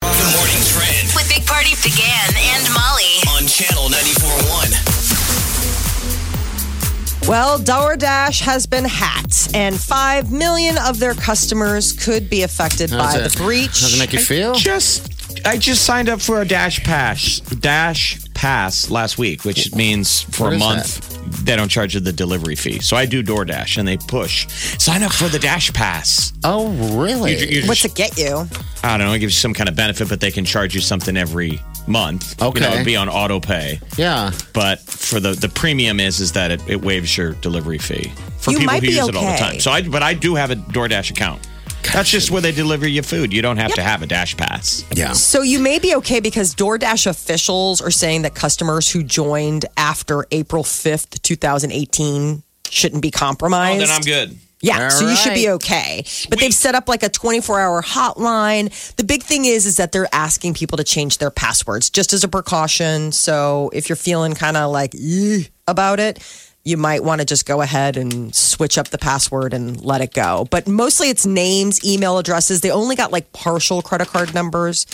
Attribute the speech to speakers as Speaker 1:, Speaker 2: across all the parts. Speaker 1: The morning trend
Speaker 2: with Big Party began and Molly.
Speaker 1: on channel 94.1.
Speaker 3: Well, DoorDash has been hacked, and 5 million of their customers could be affected by
Speaker 4: it-
Speaker 3: the breach.
Speaker 4: Does it make you feel?
Speaker 5: Just I just signed up for a dash pass dash pass last week, which means for
Speaker 4: What
Speaker 5: a
Speaker 4: is
Speaker 5: month they don't charge you the delivery fee. So I do DoorDash and they push. Sign up for the dash pass.
Speaker 4: Oh, really?
Speaker 5: You- you-
Speaker 3: What's it get you?
Speaker 5: I don't know, it gives you some kind of benefit, but they can charge you something every month. You know,
Speaker 4: Okay.
Speaker 5: it'd be on auto pay.
Speaker 4: yeah.
Speaker 5: But for the the premium is is that it, it waives your delivery fee for
Speaker 3: You
Speaker 5: people
Speaker 3: might
Speaker 5: who
Speaker 3: be
Speaker 5: use it all the
Speaker 3: okay.
Speaker 5: time. So I but I do have a DoorDash account. That's just where they deliver your food. You don't have to have a dash pass.
Speaker 4: Yeah.
Speaker 3: So you may be okay because DoorDash officials are saying that customers who joined after April 5th, 2018 shouldn't be compromised.
Speaker 5: Then I'm good.
Speaker 3: Yeah,
Speaker 4: All
Speaker 3: so you should be
Speaker 4: right.
Speaker 3: okay. But they've set up like a 24-hour hotline. The big thing is is that they're asking people to change their passwords just as a precaution. So if you're feeling kind of like "Ugh," about it, you might want to just go ahead and switch up the password and let it go. But mostly it's names, email addresses. They only got like partial credit card numbers.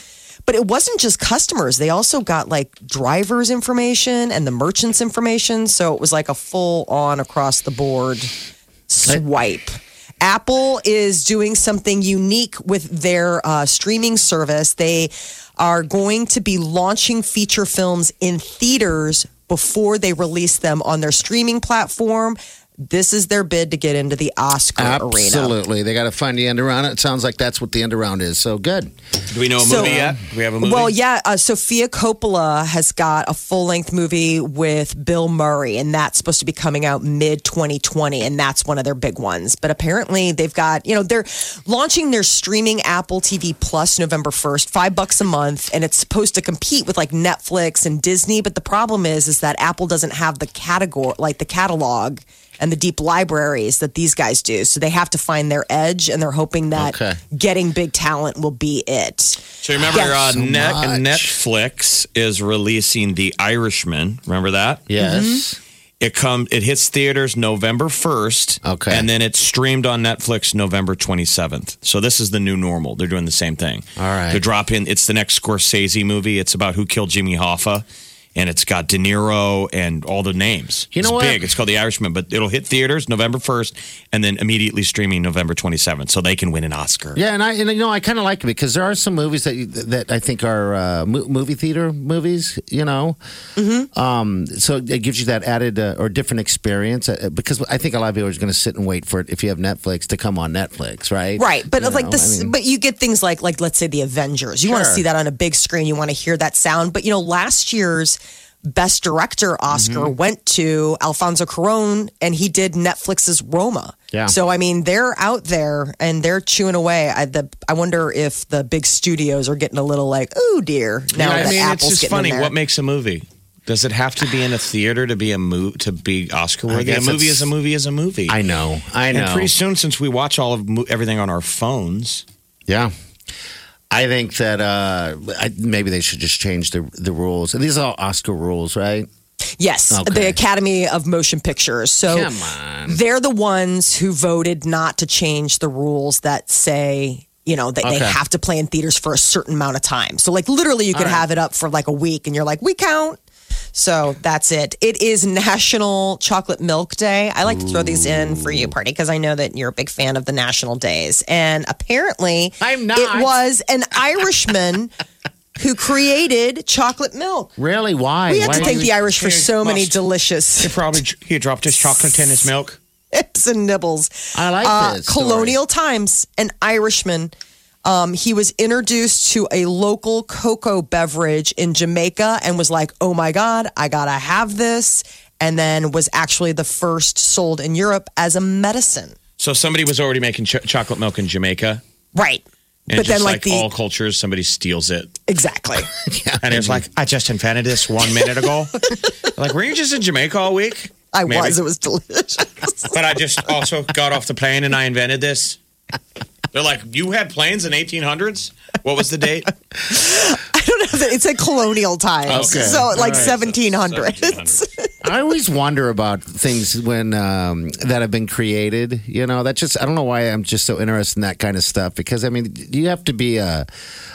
Speaker 3: But it wasn't just customers. They also got like drivers information and the merchants information. So it was like a full on across the board swipe. Apple is doing something unique with their uh, streaming service. They are going to be launching feature films in theaters before they release them on their streaming platform. This is their bid to get into the Oscar arena.
Speaker 4: Absolutely. They got to find the end around. It sounds like that's what the end around is. So good.
Speaker 5: Do we know a
Speaker 3: So-
Speaker 5: movie yet? Do we have a movie?
Speaker 3: Well, yeah, uh, Sophia Coppola has got a full length movie with Bill Murray, and that's supposed to be coming out mid 2020, and that's one of their big ones. But apparently, they've got, you know, they're launching their streaming Apple TV Plus November 1st, five bucks a month, and it's supposed to compete with like Netflix and Disney. But the problem is, is that Apple doesn't have the category, like the catalog. And the deep libraries that these guys do. So they have to find their edge, and they're hoping that
Speaker 4: Okay.
Speaker 3: getting big talent will be it.
Speaker 5: So remember, uh,
Speaker 3: Yes. So
Speaker 5: Net-
Speaker 4: much.
Speaker 5: Netflix is releasing The Irishman. Remember that?
Speaker 3: Mm-hmm.
Speaker 4: Yes.
Speaker 5: It comes. It hits theaters November first.
Speaker 4: Okay.
Speaker 5: and then it's streamed on Netflix November twenty seventh. So this is the new normal. They're doing the same thing.
Speaker 4: All right.
Speaker 5: They're dropping. It's the next Scorsese movie. It's about who killed Jimmy Hoffa, and it's got De Niro and all the names.
Speaker 4: You know
Speaker 5: it's
Speaker 4: what?
Speaker 5: big. It's called The Irishman, but it'll hit theaters November first, and then immediately streaming November twenty seventh. So they can win an Oscar.
Speaker 4: Yeah, and I and you know I kind of like it because there are some movies that that I think are uh, mo- movie theater movies. You know,
Speaker 3: Mm-hmm.
Speaker 4: um, so it gives you that added uh, or different experience uh, because I think a lot of people are going to sit and wait for it if you have Netflix to come on Netflix, right?
Speaker 3: Right, but
Speaker 4: You
Speaker 3: like
Speaker 4: know,
Speaker 3: this,
Speaker 4: I mean-
Speaker 3: but you get things like like let's say the Avengers. You want to
Speaker 4: Sure.
Speaker 3: see that on a big screen. You want to hear that sound. But you know, last year's Best Director Oscar
Speaker 4: Mm-hmm.
Speaker 3: went to Alfonso Cuarón, and he did Netflix's Roma.
Speaker 4: Yeah.
Speaker 3: So I mean, they're out there and they're chewing away. I the I wonder if the big studios are getting a little like, oh dear, now
Speaker 5: Yeah,
Speaker 3: that
Speaker 5: I mean,
Speaker 3: Apple's
Speaker 5: it's just
Speaker 3: getting in
Speaker 5: funny.
Speaker 3: there.
Speaker 5: What makes a movie? Does it have to be in a theater to be a mo- to be Oscar worthy?
Speaker 4: I
Speaker 5: A
Speaker 4: guess
Speaker 5: movie
Speaker 4: it's-
Speaker 5: is a movie is a movie.
Speaker 4: I know, I know.
Speaker 5: And pretty soon, since we watch all of mo- everything on our phones,
Speaker 4: Yeah. I think that uh, I, maybe they should just change the the rules. And these are all Oscar rules, right?
Speaker 3: Yes,
Speaker 4: Okay.
Speaker 3: the Academy of Motion Pictures. So
Speaker 4: Come on.
Speaker 3: they're the ones who voted not to change the rules that say, you know, that they
Speaker 4: Okay.
Speaker 3: have to play in theaters for a certain amount of time. So, like, literally, you could have it up for like a week and you're like, we count. So that's it. It is National Chocolate Milk Day. I like to throw these in for you, party, because I know that you're a big fan of the national days. And apparently,
Speaker 4: I'm not.
Speaker 3: It was an Irishman who created chocolate milk.
Speaker 4: Really? Why?
Speaker 3: We have
Speaker 4: Why
Speaker 3: to
Speaker 4: do
Speaker 3: thank
Speaker 4: you-
Speaker 3: the Irish for so many delicious
Speaker 5: he probably he dropped his chocolate in his milk.
Speaker 3: nips and nibbles.
Speaker 4: I like
Speaker 3: Uh,
Speaker 4: this. story.
Speaker 3: colonial times, an Irishman. Um, he was introduced to a local cocoa beverage in Jamaica and was like, "Oh my god, I gotta have this!" And then was actually the first sold in Europe as a medicine.
Speaker 5: So somebody was already making ch- chocolate milk in Jamaica.
Speaker 3: Right.
Speaker 5: And
Speaker 3: But
Speaker 5: just
Speaker 3: then, like,
Speaker 5: like,
Speaker 3: the-
Speaker 5: all cultures, somebody steals it.
Speaker 3: Exactly.
Speaker 5: And it's like, I just invented this one minute ago. like, were you just in Jamaica all week?
Speaker 3: I
Speaker 5: Maybe.
Speaker 3: was. It was delicious.
Speaker 5: But I just also got off the plane and I invented this. They're like, you had planes in 1800s? What was the date?
Speaker 3: I don't know. It's a colonial times.
Speaker 4: Okay.
Speaker 3: So like
Speaker 5: All right, so
Speaker 3: 1700s.
Speaker 4: I always wonder about things when um, that have been created. You know, that just I don't know why I'm just so interested in that kind of stuff because I mean, you have to be a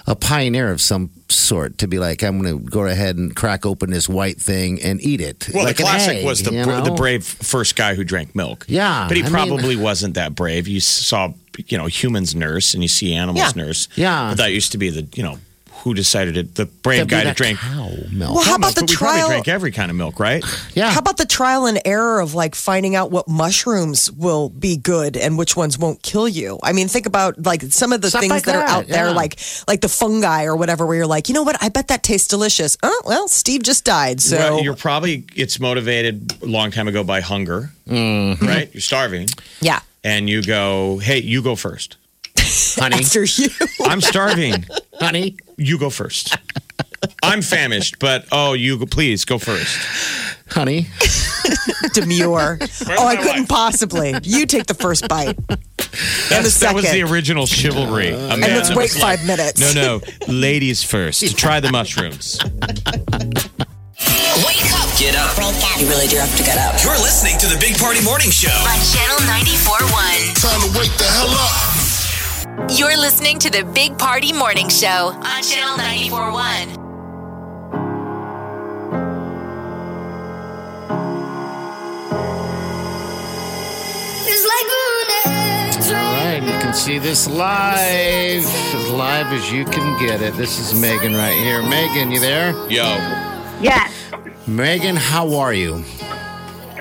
Speaker 4: a pioneer of some sort to be like, I'm going to go ahead and crack open this white thing and eat it.
Speaker 5: Well,
Speaker 4: Like
Speaker 5: the
Speaker 4: an
Speaker 5: classic
Speaker 4: egg,
Speaker 5: was the
Speaker 4: you
Speaker 5: bra- the
Speaker 4: know?
Speaker 5: brave first guy who drank milk.
Speaker 4: Yeah,
Speaker 5: but he
Speaker 4: I mean-
Speaker 5: probably wasn't that brave. You saw, you know, humans nurse and you see animals
Speaker 3: Yeah.
Speaker 5: nurse.
Speaker 4: Yeah.
Speaker 5: but that used to be the you know who decided it. The brave
Speaker 4: That'd be
Speaker 5: guy
Speaker 4: that
Speaker 5: that drank.
Speaker 4: cow milk.
Speaker 3: Well, how about
Speaker 5: But
Speaker 3: the
Speaker 5: we probably
Speaker 3: trial?
Speaker 5: drank every kind of milk, right?
Speaker 4: yeah.
Speaker 3: How about the trial and error of like finding out what mushrooms will be good and which ones won't kill you? I mean, think about like some of the
Speaker 4: Stuff
Speaker 3: things
Speaker 4: like
Speaker 3: that, are
Speaker 4: that,
Speaker 3: out there,
Speaker 4: yeah.
Speaker 3: like like the fungi or whatever, where you're like, you know what? I bet that tastes delicious. Oh well, Steve just died, so
Speaker 5: Well, you're probably it's motivated a long time ago by hunger,
Speaker 4: Mm-hmm.
Speaker 5: right? You're starving,
Speaker 3: yeah,
Speaker 5: and you go, "Hey, you go first.
Speaker 4: honey?
Speaker 3: after you.
Speaker 5: I'm starving.
Speaker 4: honey?
Speaker 5: you go first. I'm famished, but oh, you go, please go first."
Speaker 4: Honey?
Speaker 3: demure. oh, I
Speaker 5: my
Speaker 3: couldn't
Speaker 5: wife?
Speaker 3: possibly. You take the first bite. and the
Speaker 5: That's-
Speaker 3: second.
Speaker 5: That was the original chivalry. A man
Speaker 3: and let's
Speaker 5: that
Speaker 3: wait
Speaker 5: was like,
Speaker 3: five minutes.
Speaker 5: No, no, ladies first. Try the mushrooms.
Speaker 2: Wake up
Speaker 1: Get up.
Speaker 6: You really do have to get up.
Speaker 1: You're listening to the Big Party Morning Show.
Speaker 2: on Channel 94.1.
Speaker 7: Time to wake the hell up.
Speaker 2: You're listening to the Big Party Morning Show on Channel 94.1.
Speaker 7: It's like
Speaker 4: All right, you can see this live, as live as you can get it. This is Megan right here. Megan, you there?
Speaker 5: Yo,
Speaker 8: Yes.
Speaker 4: Megan, how are you?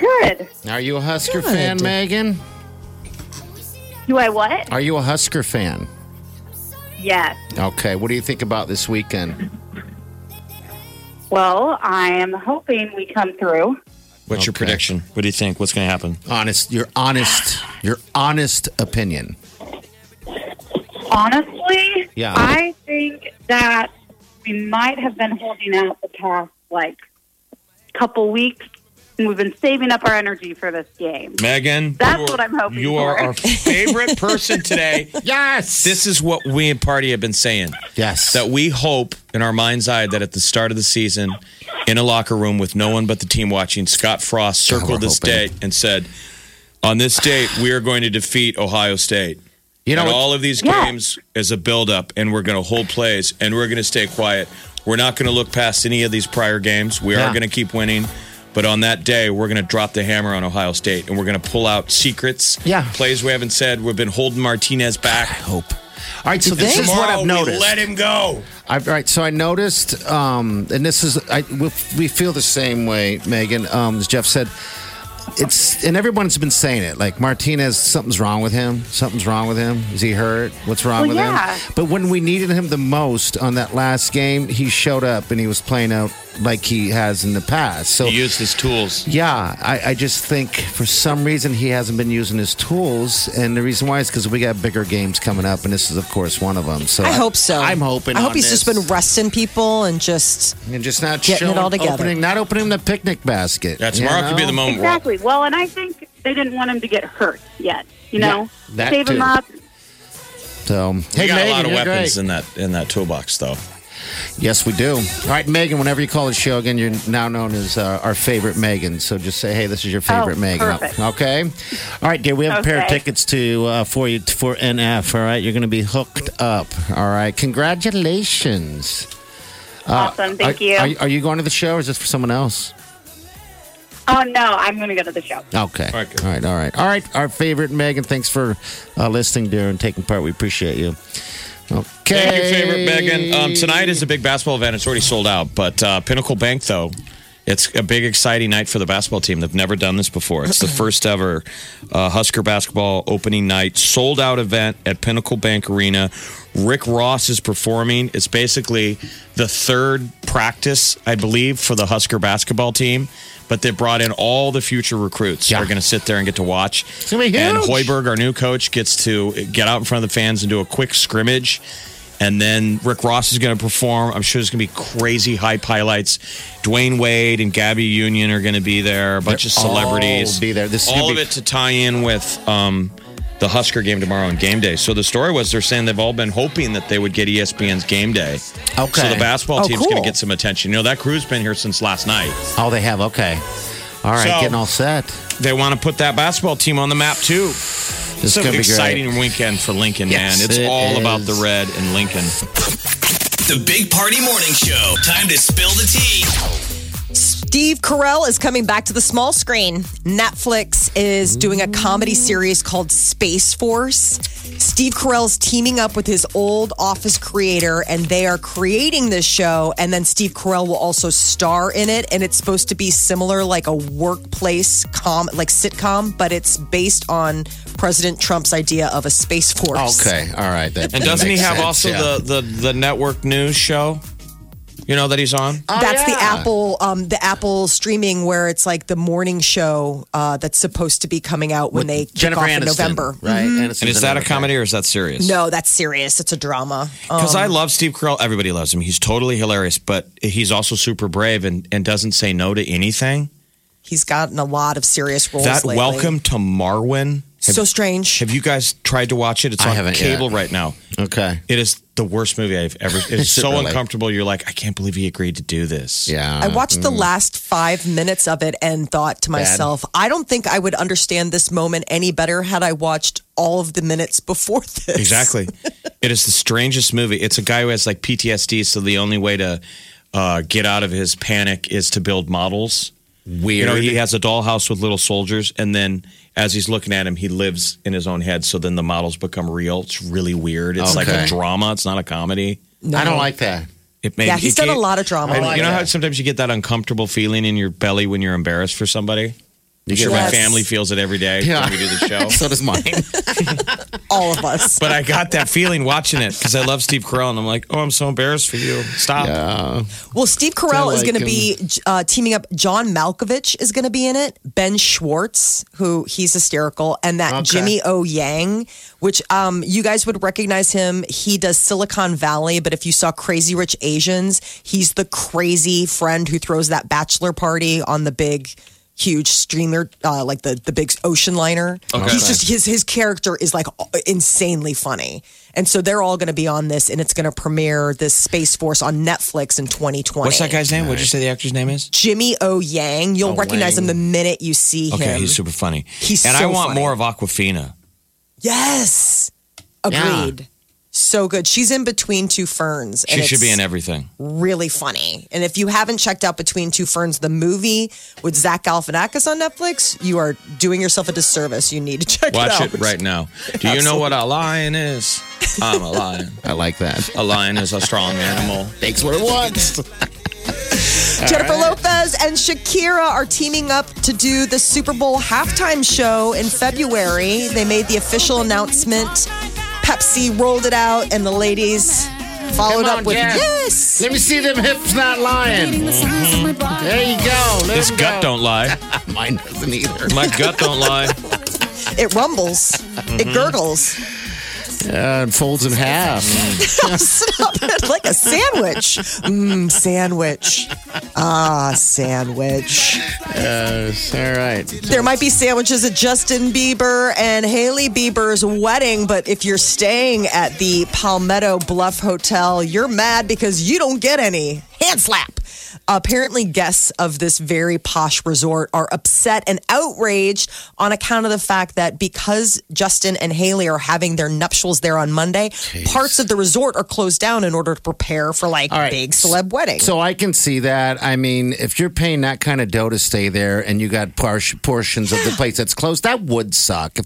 Speaker 8: Good.
Speaker 4: Are you a Husker
Speaker 3: Good.
Speaker 4: fan, Megan?
Speaker 8: Do I what?
Speaker 4: Are you a Husker fan?
Speaker 8: Yes.
Speaker 4: Okay, what do you think about this weekend?
Speaker 8: Well, I am hoping we come through.
Speaker 5: what's your prediction? What do you think? What's going to happen?
Speaker 4: Honest, your honest, your honest opinion.
Speaker 8: Honestly,
Speaker 4: Yeah.
Speaker 8: I think that we might have been holding out the past like couple weeks, and we've been saving up our energy for this game.
Speaker 5: Megan,
Speaker 8: That's
Speaker 5: you are-
Speaker 8: what I'm hoping
Speaker 5: You are
Speaker 8: for.
Speaker 5: our favorite person today.
Speaker 4: Yes.
Speaker 5: This is what we and Party have been saying
Speaker 4: yes.
Speaker 5: that we hope in our mind's eye that at the start of the season, in a locker room with no one but the team watching, Scott Frost circled
Speaker 4: we're
Speaker 5: this
Speaker 4: hoping.
Speaker 5: date and said, "On this date, we are going to defeat Ohio State."
Speaker 4: you know
Speaker 5: and
Speaker 4: what?
Speaker 5: all of these
Speaker 8: Yeah.
Speaker 5: games is a buildup, and we're going to hold plays, and we're going to stay quiet. We're not going to look past any of these prior games. We
Speaker 4: Yeah.
Speaker 5: are going to keep winning, but on that day, we're going to drop the hammer on Ohio State, and we're going to pull out secrets,
Speaker 4: Yeah.
Speaker 5: plays we haven't said. We've been holding Martinez back.
Speaker 4: hope. All right, so this is
Speaker 5: Tomorrow
Speaker 4: what I've
Speaker 5: we
Speaker 4: noticed.
Speaker 5: let him go.
Speaker 4: I've, all right, so I noticed, um, and this is I, we, we feel the same way, Megan. Um, as Jeff said, it's and everyone's been saying it. Like Martinez, something's wrong with him. Something's wrong with him. Is he hurt? What's wrong
Speaker 8: Well,
Speaker 4: with
Speaker 8: yeah.
Speaker 4: him? But when we needed him the most on that last game, he showed up and he was playing out like he has in the past. So
Speaker 5: He used his tools.
Speaker 4: yeah, I, I just think for some reason he hasn't been using his tools, and the reason why is because we got bigger games coming up, and this is of course one of them. So
Speaker 3: I hope so.
Speaker 4: I'm hoping.
Speaker 3: I hope
Speaker 4: on
Speaker 3: he's just
Speaker 4: this.
Speaker 3: been resting people and just
Speaker 4: and just not
Speaker 3: getting it
Speaker 4: showing,
Speaker 3: all together.
Speaker 4: Opening, not opening the picnic basket.
Speaker 5: Yeah,
Speaker 4: you
Speaker 5: tomorrow could be
Speaker 4: know?
Speaker 5: the moment. where-
Speaker 8: Exactly. Well, and I think they didn't want him to get hurt yet. You
Speaker 4: Yeah,
Speaker 8: know,
Speaker 4: that
Speaker 8: save him
Speaker 4: too.
Speaker 8: up.
Speaker 4: So hey,
Speaker 5: We
Speaker 4: Megan,
Speaker 5: got a lot of
Speaker 4: you're
Speaker 5: weapons
Speaker 4: great.
Speaker 5: in that in that toolbox, though.
Speaker 4: Yes, we do. All right, Megan. Whenever you call the show again, you're now known as uh, our favorite Megan. So just say, "Hey, this is your favorite
Speaker 8: Oh,
Speaker 4: Megan."
Speaker 8: perfect.
Speaker 4: Okay. All right, dear. We have a pair of
Speaker 8: Okay.
Speaker 4: tickets to uh, for you for NF. All right, you're going to be hooked up. All right, congratulations. Uh,
Speaker 8: awesome. Thank
Speaker 4: are,
Speaker 8: you.
Speaker 4: Are, are you going to the show, or is this for someone else?
Speaker 8: oh no, I'm going to go to the show.
Speaker 4: Okay.
Speaker 5: All right, good.
Speaker 4: all right. All right. All right. Our favorite Megan. Thanks for uh, listening, dear, and taking part. We appreciate you. Okay.
Speaker 5: Thank you, favorite Megan. Um, tonight is a big basketball event. It's already sold out, but uh, Pinnacle Bank, though, it's a big, exciting night for the basketball team. They've never done this before. It's the first ever uh, Husker basketball opening night, sold out event at Pinnacle Bank Arena. Rick Ross is performing. It's basically the third practice, I believe, for the Husker basketball team. But they brought in all the future recruits.
Speaker 4: Yeah.
Speaker 5: We're going to sit there and get to watch.
Speaker 4: gonna be
Speaker 5: And
Speaker 4: huge.
Speaker 5: Hoiberg, our new coach, gets to get out in front of the fans and do a quick scrimmage. And then Rick Ross is going to perform. I'm sure there's going to be crazy hype highlights. Dwayne Wade and Gabby Union are going to be there. A bunch of
Speaker 4: They're all
Speaker 5: celebrities.
Speaker 4: be there. This is
Speaker 5: all
Speaker 4: gonna
Speaker 5: of
Speaker 4: be-
Speaker 5: it to tie in with um, the Husker game tomorrow on game day. So the story was they're saying they've all been hoping that they would get E ESPN's game day.
Speaker 4: Okay.
Speaker 5: So the basketball
Speaker 3: Oh,
Speaker 5: team's going
Speaker 3: cool.
Speaker 5: to get some attention. You know, that crew's been here since last night.
Speaker 4: Oh, they have. Okay. All right,
Speaker 5: So-
Speaker 4: getting all set.
Speaker 5: They want to put that basketball team on the map, too.
Speaker 4: This is
Speaker 5: It's
Speaker 4: gonna
Speaker 5: an
Speaker 4: be
Speaker 5: exciting
Speaker 4: great.
Speaker 5: weekend for Lincoln,
Speaker 4: Yes,
Speaker 5: man. It's
Speaker 4: it
Speaker 5: all about the
Speaker 4: is.
Speaker 5: red and Lincoln.
Speaker 1: The Big Party Morning Show. Time to spill the tea.
Speaker 3: Steve Carell is coming back to the small screen. Netflix is doing a comedy series called Space Force. Steve Carell's teaming up with his old office creator, and they are creating this show. And then Steve Carell will also star in it. And it's supposed to be similar, like a workplace com, like sitcom, but it's based on President Trump's idea of a space force.
Speaker 4: Okay. All right. That,
Speaker 5: And
Speaker 4: that
Speaker 5: doesn't he
Speaker 4: makes
Speaker 5: have
Speaker 4: sense,
Speaker 5: also
Speaker 4: yeah.
Speaker 5: the, the, the network news show? You know that he's on?
Speaker 3: that's the
Speaker 4: yeah.
Speaker 3: Apple, um, the Apple streaming where it's like the morning show uh, that's supposed to be coming out when they kick
Speaker 4: Jennifer
Speaker 3: off in
Speaker 4: Aniston,
Speaker 3: November. Mm-hmm.
Speaker 4: Right.
Speaker 5: And is that a comedy or is that serious?
Speaker 3: No, that's serious. It's a drama. Um,
Speaker 5: Because I love Steve Carell. Everybody loves him. He's totally hilarious, but he's also super brave and, and doesn't say no to anything.
Speaker 3: he's gotten a lot of serious roles.
Speaker 5: That
Speaker 3: lately.
Speaker 5: Welcome to Marwin. Have,
Speaker 3: so strange.
Speaker 5: have you guys tried to watch it? It's
Speaker 4: I
Speaker 5: on
Speaker 4: haven't
Speaker 5: cable
Speaker 4: yet.
Speaker 5: right now.
Speaker 4: Okay.
Speaker 5: It is the worst movie I've ever. It's
Speaker 4: Is it
Speaker 5: so
Speaker 4: really?
Speaker 5: uncomfortable. You're like, I can't believe he agreed to do this.
Speaker 4: Yeah.
Speaker 3: I watched
Speaker 5: mm.
Speaker 3: the last five minutes of it and thought to myself, I don't think I would understand this moment any better had I watched all of the minutes before this.
Speaker 5: Exactly. it is the strangest movie. It's a guy who has like PTSD, so the only way to uh, get out of his panic is to build models.
Speaker 4: Weird.
Speaker 5: You know, he has a dollhouse with little soldiers, and then as he's looking at him, he lives in his own head. So then the models become real. It's really weird. It's like a
Speaker 4: Okay.
Speaker 5: drama. It's not a comedy.
Speaker 4: I don't like that.
Speaker 5: It made,
Speaker 3: Yeah, he's
Speaker 5: it
Speaker 3: done a
Speaker 5: gave-
Speaker 3: lot of drama.
Speaker 5: And
Speaker 4: like
Speaker 5: you know
Speaker 4: that.
Speaker 5: how sometimes you get that uncomfortable feeling in your belly when you're embarrassed for somebody. I'm sure
Speaker 3: Yes.
Speaker 5: my family feels it every day
Speaker 4: Yeah.
Speaker 5: when we do the show.
Speaker 4: Oh, so does mine.
Speaker 3: all of us.
Speaker 5: but I got that feeling watching it because I love Steve Carell, and I'm like, oh, I'm so embarrassed for you. Stop.
Speaker 3: Well, Steve Carell
Speaker 4: Don't
Speaker 3: is
Speaker 4: like
Speaker 3: going to
Speaker 4: him.
Speaker 3: be uh, teaming up. John Malkovich is going to be in it. Ben Schwartz, who he's hysterical, and that
Speaker 4: Okay.
Speaker 3: Jimmy O Yang, which um, you guys would recognize him. He does Silicon Valley, but if you saw Crazy Rich Asians, he's the crazy friend who throws that bachelor party on the big. Huge streamer, uh, like the the big ocean liner. He's just his his character is like insanely funny, and so they're all going to be on this, and it's going to premiere this Space Force on Netflix in 2020.
Speaker 5: What's that guy's name? What'd you say the actor's name is?
Speaker 3: Jimmy O Yang. You'll recognize him the minute you see him.
Speaker 5: Okay, he's super funny.
Speaker 3: He's
Speaker 5: and I
Speaker 3: so
Speaker 5: want
Speaker 3: funny.
Speaker 5: more of Aquafina.
Speaker 3: yes, agreed. So good. She's in between two ferns.
Speaker 5: She
Speaker 3: and
Speaker 5: should be in
Speaker 3: it's
Speaker 5: everything.
Speaker 3: Really funny. And if you haven't checked out Between Two Ferns, the movie with Zach Galifianakis on Netflix, you are doing yourself a disservice. You need to check
Speaker 5: Watch
Speaker 3: it out.
Speaker 5: it right now. Do you know what a lion is? I'm a lion.
Speaker 4: I like that.
Speaker 5: A lion is a strong animal.
Speaker 4: Takes what it wants.
Speaker 3: Jennifer Lopez and Shakira are teaming up to do the Super Bowl halftime show in February. They made the official announcement. Pepsi rolled it out, and the ladies followed
Speaker 4: Come on,
Speaker 3: up with
Speaker 4: Jen.
Speaker 3: yes.
Speaker 4: Let me see them hips not lying. There you go. Let
Speaker 5: This
Speaker 4: them
Speaker 5: gut
Speaker 4: go.
Speaker 5: don't lie.
Speaker 4: Mine doesn't either.
Speaker 5: My gut don't lie.
Speaker 3: It rumbles. It gurgles.
Speaker 4: Uh, it folds in half.
Speaker 3: Stop it, like a sandwich. Mmm, sandwich. Ah, sandwich.
Speaker 4: Yes. All right.
Speaker 3: There might be sandwiches at Justin Bieber and Haley Bieber's wedding, but if you're staying at the Palmetto Bluff Hotel, you're mad because you don't get any. Hand slap. Apparently, guests of this very posh resort are upset and outraged on account of the fact that because Justin and Haley are having their nuptials there on Monday, parts of the resort are closed down in order to prepare for like
Speaker 4: All right.
Speaker 3: big celeb wedding.
Speaker 4: So I can see that. I mean, if you're paying that kind of dough to stay there and you got par- portions of the place that's closed, that would suck. If,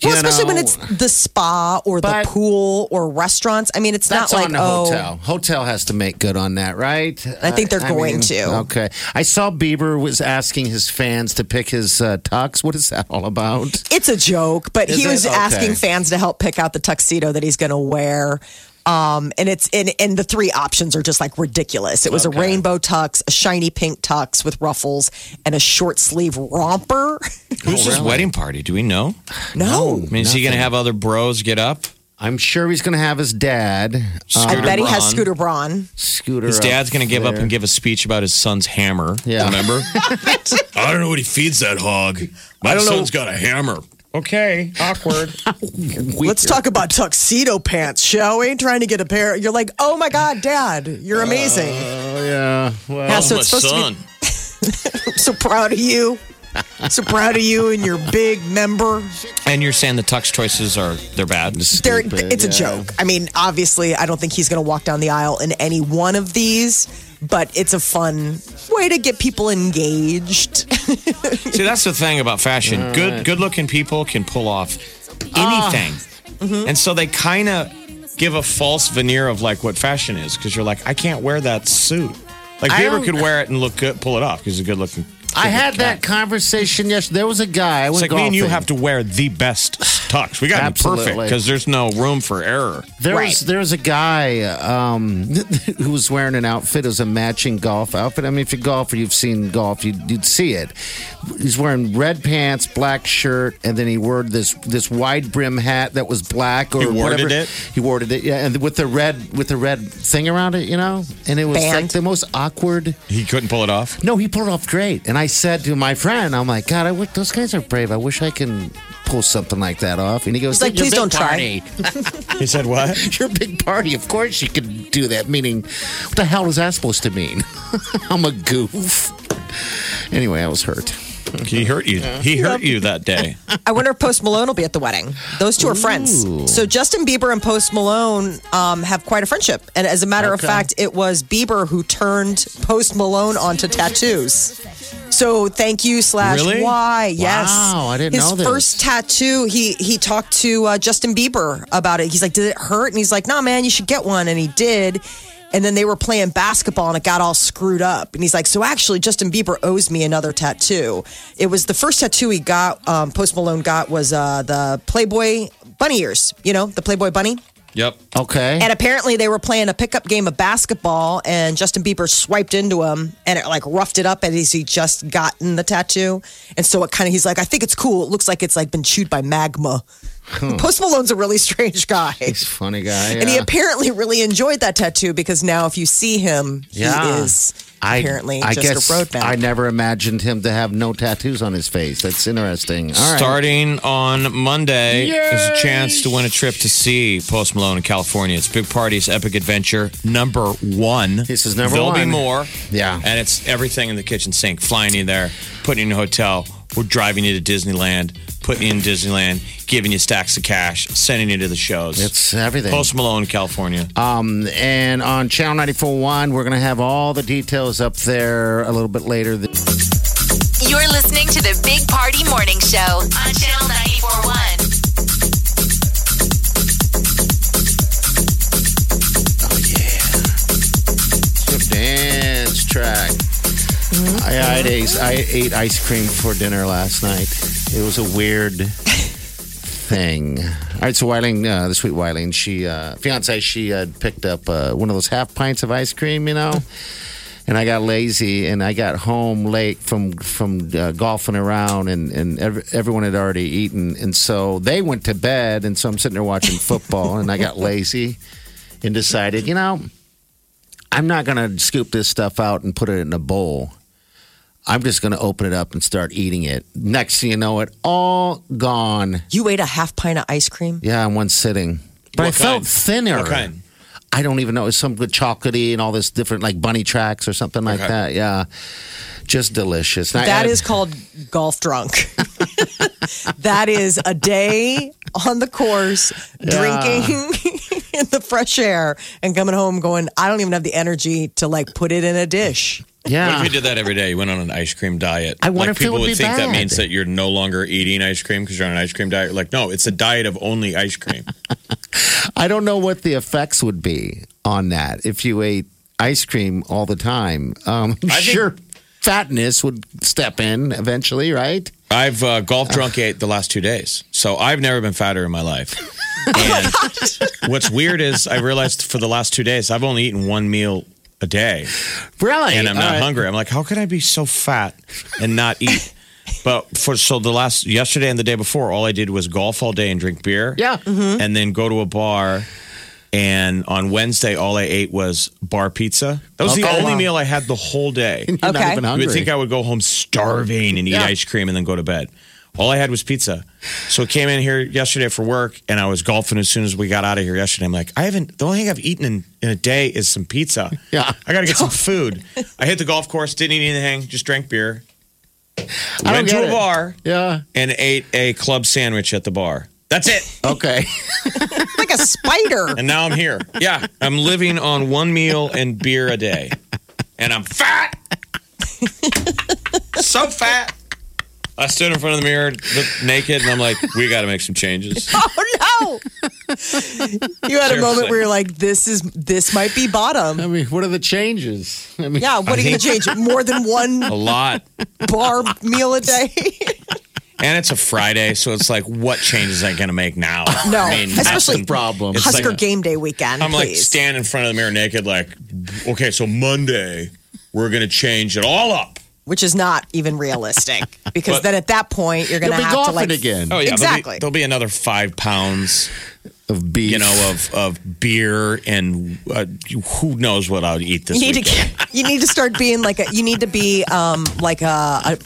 Speaker 4: you
Speaker 3: Well, especially when
Speaker 4: know,
Speaker 3: it's the spa or the
Speaker 4: But-
Speaker 3: pool or restaurants. I mean, it's
Speaker 4: that's
Speaker 3: not like
Speaker 4: on the
Speaker 3: oh,
Speaker 4: hotel. Hotel has to make good on that, right?
Speaker 3: I think they're going
Speaker 4: mean,
Speaker 3: to.
Speaker 4: Okay. I saw Bieber was asking his fans to pick his uh, tux. What is that all about?
Speaker 3: It's a joke, but
Speaker 4: Is
Speaker 3: he
Speaker 4: it?
Speaker 3: was
Speaker 4: Okay.
Speaker 3: asking fans to help pick out the tuxedo that he's going to wear. Um, and it's and, and the three options are just like ridiculous. It was a rainbow tux, a shiny pink tux with ruffles, and a short sleeve romper.
Speaker 5: Who's his wedding party? Do we know?
Speaker 3: no,
Speaker 5: I mean, is he going to have other bros get up?
Speaker 4: I'm sure he's going to have his dad, uh,
Speaker 3: I
Speaker 5: Scooter
Speaker 3: bet he has
Speaker 5: Braun.
Speaker 3: Scooter Braun.
Speaker 4: Scooter.
Speaker 5: His dad's
Speaker 4: going to
Speaker 5: give up and give a speech about his son's hammer.
Speaker 4: Yeah.
Speaker 5: Remember? I don't know what he feeds that hog. My son's got a hammer. Okay. Awkward.
Speaker 3: Let's talk about tuxedo pants, shall we? Trying to get a pair. You're like, oh my god, Dad, you're amazing.
Speaker 4: Oh, yeah. Uh, Well,
Speaker 3: Yeah,
Speaker 5: That's
Speaker 3: so
Speaker 5: my
Speaker 3: it's supposed to be-
Speaker 5: son.
Speaker 3: so proud of you. So proud of you and your big member.
Speaker 5: And you're saying the tux choices are they're bad.
Speaker 3: They're,
Speaker 4: Stupid,
Speaker 3: it's a
Speaker 4: yeah.
Speaker 3: joke. I mean, obviously, I don't think he's going to walk down the aisle in any one of these, but it's a fun way to get people engaged.
Speaker 5: See, that's the thing about fashion. good, good-looking people can pull off anything,
Speaker 3: Ah. Mm-hmm.
Speaker 5: and so they kind of give a false veneer of like what fashion is because you're like, I can't wear that suit. Like
Speaker 4: I
Speaker 5: Bieber
Speaker 4: don't-
Speaker 5: could wear it and look good, pull it off because he's a good-looking.
Speaker 4: I had that conversation yesterday. There was a guy. I
Speaker 5: It's
Speaker 4: went
Speaker 5: like me and you
Speaker 4: golfing.
Speaker 5: have to wear the best tux. We got to be perfect
Speaker 4: Absolutely.
Speaker 5: because there's no room for error.
Speaker 4: There
Speaker 3: Right.
Speaker 4: was there was a guy um, who was wearing an outfit. It was a matching golf outfit. I mean, if you're a golfer, you've seen golf, you'd, you'd see it. He's wearing red pants, black shirt, and then he wore this this wide brim hat that was black or
Speaker 5: He warded
Speaker 4: whatever.
Speaker 5: it?
Speaker 4: He warded it, yeah, and with the red with the red thing around it, you know. And it was like
Speaker 3: Band.
Speaker 4: the most awkward.
Speaker 5: He couldn't pull it off.
Speaker 4: No, he pulled it off great. And I said to my friend, "I'm like, God, I wish those guys are brave. I wish I can." Pull something like that off, and he goes,
Speaker 3: He's like,
Speaker 4: "Your
Speaker 3: "Please
Speaker 4: big
Speaker 3: don't try."
Speaker 4: party."
Speaker 5: He said what?
Speaker 4: Your big party, of course you could do that. Meaning, what the hell is that supposed to mean? I'm a goof. Anyway, I was hurt.
Speaker 5: He hurt you. He hurt you that day.
Speaker 3: I wonder if Post Malone will be at the wedding. Those two are friends. So Justin Bieber and Post Malone um, have quite a friendship. And as a matter of fact, it was Bieber who turned Post Malone onto tattoos. So thank you slash
Speaker 5: Really?
Speaker 3: why yes.
Speaker 4: Wow, I didn't
Speaker 3: His
Speaker 4: know this.
Speaker 3: first tattoo. He he talked to uh, Justin Bieber about it. He's like, did it hurt? And he's like, nah, man, you should get one. And he did. And then they were playing basketball and it got all screwed up. And he's like, so actually, Justin Bieber owes me another tattoo. It was the first tattoo he got. Um, Post Malone got was uh, the Playboy bunny ears. You know, the Playboy bunny.
Speaker 5: Yep.
Speaker 4: Okay.
Speaker 3: And apparently they were playing a pickup game of basketball and Justin Bieber swiped into him and it like roughed it up as he just gotten the tattoo. And so it kind of, he's like, I think it's cool. It looks like it's like been chewed by magma. Post Malone's a really strange guy.
Speaker 4: He's a funny guy.
Speaker 3: And he
Speaker 4: Hmm. yeah.
Speaker 3: apparently really enjoyed that tattoo because now if you see him,
Speaker 4: Yeah.
Speaker 3: he is apparently
Speaker 4: I
Speaker 3: just
Speaker 4: guess
Speaker 3: a roadman.
Speaker 4: I never imagined him to have no tattoos on his face. That's interesting. All right.
Speaker 5: Starting on Monday, there's a chance to win a trip to see Post Malone in California. It's Big Party's Epic Adventure number one.
Speaker 4: This is number
Speaker 5: There'll
Speaker 4: one.
Speaker 5: be more.
Speaker 4: Yeah.
Speaker 5: And it's everything in the kitchen sink flying you there, putting you in a hotel. We're driving you to Disneyland, putting you in Disneyland, giving you stacks of cash, sending you to the shows.
Speaker 4: It's everything.
Speaker 5: Post Malone, California.
Speaker 4: Um, and on Channel 941, we're going to have all the details up there a little bit later.
Speaker 2: You're listening to the Big Party Morning Show on Channel 941.
Speaker 4: dance track. I, I, ate ice, I ate ice cream for dinner last night. It was a weird thing. All right, so Wiling, uh, the sweet Wiling, she uh, fiance, she uh, picked up uh, one of those half pints of ice cream, you know. And I got lazy, and I got home late from from uh, golfing around, and and every, everyone had already eaten, and so they went to bed, and so I'm sitting there watching football, and I got lazy, and decided, you know, I'm not going to scoop this stuff out and put it in a bowl. I'm just going to open it up and start eating it. Next thing you know, it all gone.
Speaker 3: you ate a half pint of ice cream?
Speaker 4: Yeah, in one sitting. But I
Speaker 5: What
Speaker 4: felt
Speaker 5: kind?
Speaker 4: thinner.
Speaker 5: What kind?
Speaker 4: I don't even know. It's some good chocolatey and all this different, like bunny tracks or something like
Speaker 5: Okay.
Speaker 4: that. Yeah, just delicious. And I
Speaker 3: That
Speaker 4: added-
Speaker 3: is called golf drunk. that is a day on the course drinking in the fresh air and coming home going, I don't even have the energy to like put it in a dish.
Speaker 4: yeah.
Speaker 5: What if you did that every day? You went on an ice cream diet.
Speaker 4: Ah. I wonder if
Speaker 5: like
Speaker 4: it
Speaker 5: people
Speaker 4: would be
Speaker 5: think that
Speaker 4: bad.
Speaker 5: means that you're no longer eating ice cream because you're on an ice cream diet. Like, no, it's a diet of only ice cream.
Speaker 4: I don't know what the effects would be on that if you ate ice cream all the time. Um,
Speaker 5: I think-
Speaker 4: sure, fatness would step in eventually, right?
Speaker 5: I've uh, golf drunk ate the last two days, so I've never been fatter in my life.
Speaker 4: Oh
Speaker 5: And what's weird is I realized for the last two days I've only eaten one meal a day,
Speaker 4: Really?
Speaker 5: and I'm
Speaker 4: All
Speaker 5: not
Speaker 4: right.
Speaker 5: hungry. I'm like, how could I be so fat and not eat? But for so the last yesterday and the day before, all I did was golf all day and drink beer.
Speaker 4: Yeah.
Speaker 5: and then go to a bar. And on Wednesday, all I ate was bar pizza. That was the
Speaker 4: Okay.
Speaker 5: only
Speaker 4: Wow.
Speaker 5: meal I had the whole day.
Speaker 4: You're not
Speaker 3: Okay.
Speaker 4: even
Speaker 5: You
Speaker 4: hungry.
Speaker 5: would think I would go home starving and eat
Speaker 4: Yeah.
Speaker 5: ice cream and then go to bed. All I had was pizza. So I came in here yesterday for work and I was golfing as soon as we got out of here yesterday. I'm like, I haven't, the only thing I've eaten in, in a day is some pizza.
Speaker 4: Yeah.
Speaker 5: I got to get some food. I hit the golf course, didn't eat anything, just drank beer.
Speaker 4: I don't
Speaker 5: Went
Speaker 4: get
Speaker 5: to a
Speaker 4: it.
Speaker 5: bar
Speaker 4: yeah.
Speaker 5: and ate a club sandwich at the bar. That's it.
Speaker 4: Okay.
Speaker 3: like a spider.
Speaker 5: And now I'm here. Yeah. I'm living on one meal and beer a day. And I'm fat. so fat. I stood in front of the mirror looked naked and I'm like, we got to make some changes.
Speaker 3: oh no! You had a moment
Speaker 5: Seriously.
Speaker 3: where you're like, "This is this might be
Speaker 4: I
Speaker 3: bottom."
Speaker 4: mean, what are the changes? I mean,
Speaker 3: Yeah, what are you gonna change? More than one
Speaker 5: A lot.
Speaker 3: bar meal a day?
Speaker 5: And it's a Friday, so it's like, what changes am I going to make now?
Speaker 3: No,
Speaker 5: I mean, that's
Speaker 3: especially
Speaker 5: an-
Speaker 4: problem.
Speaker 5: It's
Speaker 3: Husker
Speaker 5: like-
Speaker 3: game day weekend.
Speaker 5: I'm like,
Speaker 3: please.
Speaker 5: stand in front of the mirror naked, like, okay, so Monday, we're going to change it all up.
Speaker 3: which is not even realistic because
Speaker 5: But-
Speaker 3: then at that point you're gonna
Speaker 4: You'll be
Speaker 3: have to
Speaker 4: golfing
Speaker 3: like
Speaker 4: again.
Speaker 5: Oh, yeah. there'll be-
Speaker 3: Exactly.
Speaker 5: there'll be another five pounds.
Speaker 4: Of beef.
Speaker 5: you know, of of beer and uh, who knows what I'll eat this
Speaker 3: You need
Speaker 5: weekend.
Speaker 3: to you need to start being like a you need to be um, like a,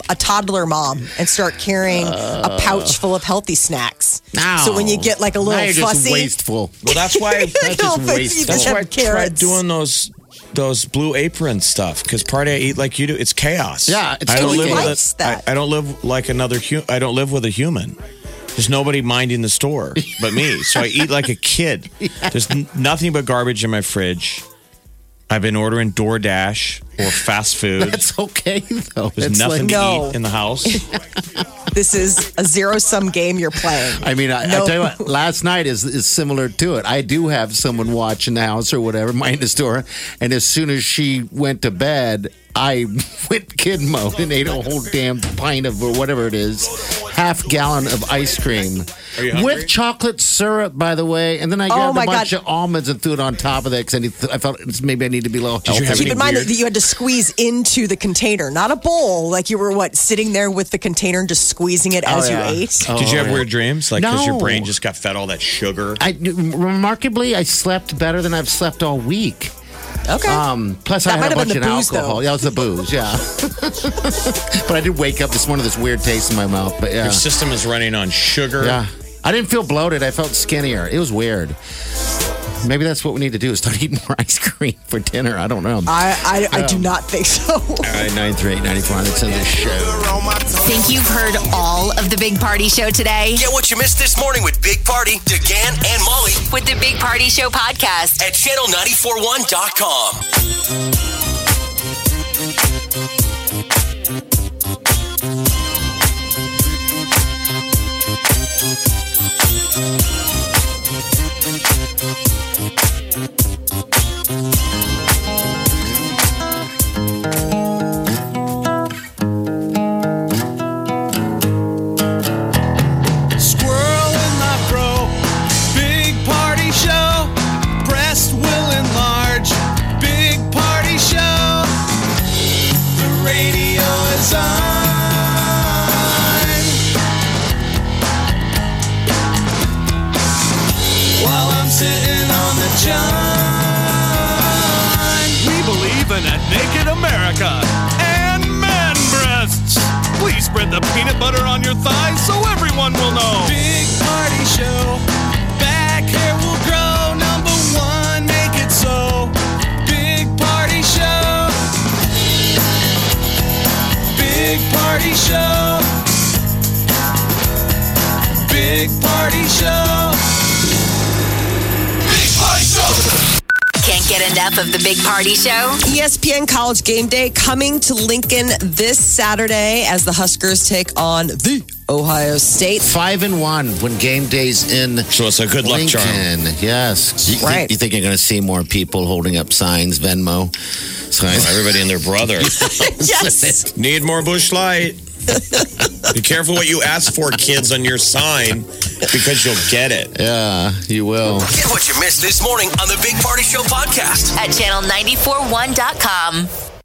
Speaker 3: a, a toddler mom and start carrying a pouch full of healthy snacks. So when you get like a little
Speaker 4: now you're
Speaker 3: fussy,
Speaker 4: just wasteful.
Speaker 5: well, that's why
Speaker 3: That's
Speaker 4: just wasteful.
Speaker 5: that's why I tried
Speaker 3: carrots.
Speaker 5: doing those those blue apron stuff because part I eat like you do. It's chaos.
Speaker 4: Yeah, it's
Speaker 5: I don't
Speaker 4: totally
Speaker 5: live
Speaker 3: chaos.
Speaker 5: with it.
Speaker 3: That.
Speaker 5: I, I don't live like another. Hu- I don't live with a human. There's nobody minding the store but me, so I eat like a kid. There's n- nothing but garbage in my fridge. I've been ordering DoorDash or fast food.
Speaker 4: That's okay though.
Speaker 5: There's
Speaker 4: It's
Speaker 5: nothing
Speaker 4: like-
Speaker 5: to
Speaker 3: No.
Speaker 5: eat in the house.
Speaker 3: this is a zero sum game you're playing.
Speaker 4: I mean, I, I
Speaker 3: No.
Speaker 4: tell you what, last night is, is similar to it. I do have someone watching the house or whatever, mind the store. And as soon as she went to bed, I went kid mode and ate a whole damn pint of, or whatever it is, half gallon of ice cream. With chocolate syrup, by the way. And then I grabbed
Speaker 3: Oh my
Speaker 4: a bunch
Speaker 3: God.
Speaker 4: of almonds and threw it on top of that because I, felt maybe I need to be a little healthy.
Speaker 5: you have
Speaker 3: Keep in
Speaker 5: Everything
Speaker 3: mind
Speaker 5: weird.
Speaker 3: that you had to squeeze into the container, not a bowl. Like you were what sitting there with the container and just squeezing it as
Speaker 4: Oh, yeah.
Speaker 3: you ate.
Speaker 5: Did you have weird dreams? Like, because your
Speaker 4: No.
Speaker 5: brain just got fed all that sugar.
Speaker 4: I, remarkably, I slept better than I've slept all week.
Speaker 3: Okay.
Speaker 4: Um, plus,
Speaker 3: That
Speaker 4: I had a
Speaker 3: might have
Speaker 4: bunch
Speaker 3: been
Speaker 4: of
Speaker 3: the booze,
Speaker 4: alcohol.
Speaker 3: though.
Speaker 4: Yeah, it was the booze, yeah. but I did wake up this morning with this weird taste in my mouth. But yeah.
Speaker 5: Your system is running on sugar.
Speaker 4: yeah. I didn't feel bloated. I felt skinnier. It was weird. Maybe that's what we need to do is start eating more ice cream for dinner. I don't know.
Speaker 3: I, I, I do not think so.
Speaker 4: All right, 938 94 It's in the show.
Speaker 2: Think you've heard all of the Big Party Show today?
Speaker 1: Get what you missed this morning with Big Party, DeGan, and Molly
Speaker 2: With the Big Party Show podcast.
Speaker 1: at channel941.com.
Speaker 9: Squirrel in my pro, big party show. Breast will enlarge, big party show. The radio is on. While I'm sitting on the john. We believe in a naked America and man breasts. Please spread the peanut butter on your thighs so everyone will know. Big party show. Back hair will grow. Number one, make it so. Big party show. Big party show. Big party show.
Speaker 2: Can't get round up of the Big Party Show.
Speaker 3: ESPN College Game Day coming to Lincoln this Saturday as the Huskers take on the Ohio State.
Speaker 4: Five and one when game day's in.
Speaker 5: So it's a good luck charm.
Speaker 4: Lincoln. Yes. You,
Speaker 3: Right.
Speaker 4: you think you're going to see more people holding up signs, Venmo signs?
Speaker 5: Everybody and their brother.
Speaker 3: Yes.
Speaker 5: Need more bush light. Be careful what you ask for, kids, on your sign because you'll get it.
Speaker 4: yeah, you will.
Speaker 1: Get what you missed this morning on the Big Party Show podcast.
Speaker 2: at channel941.com.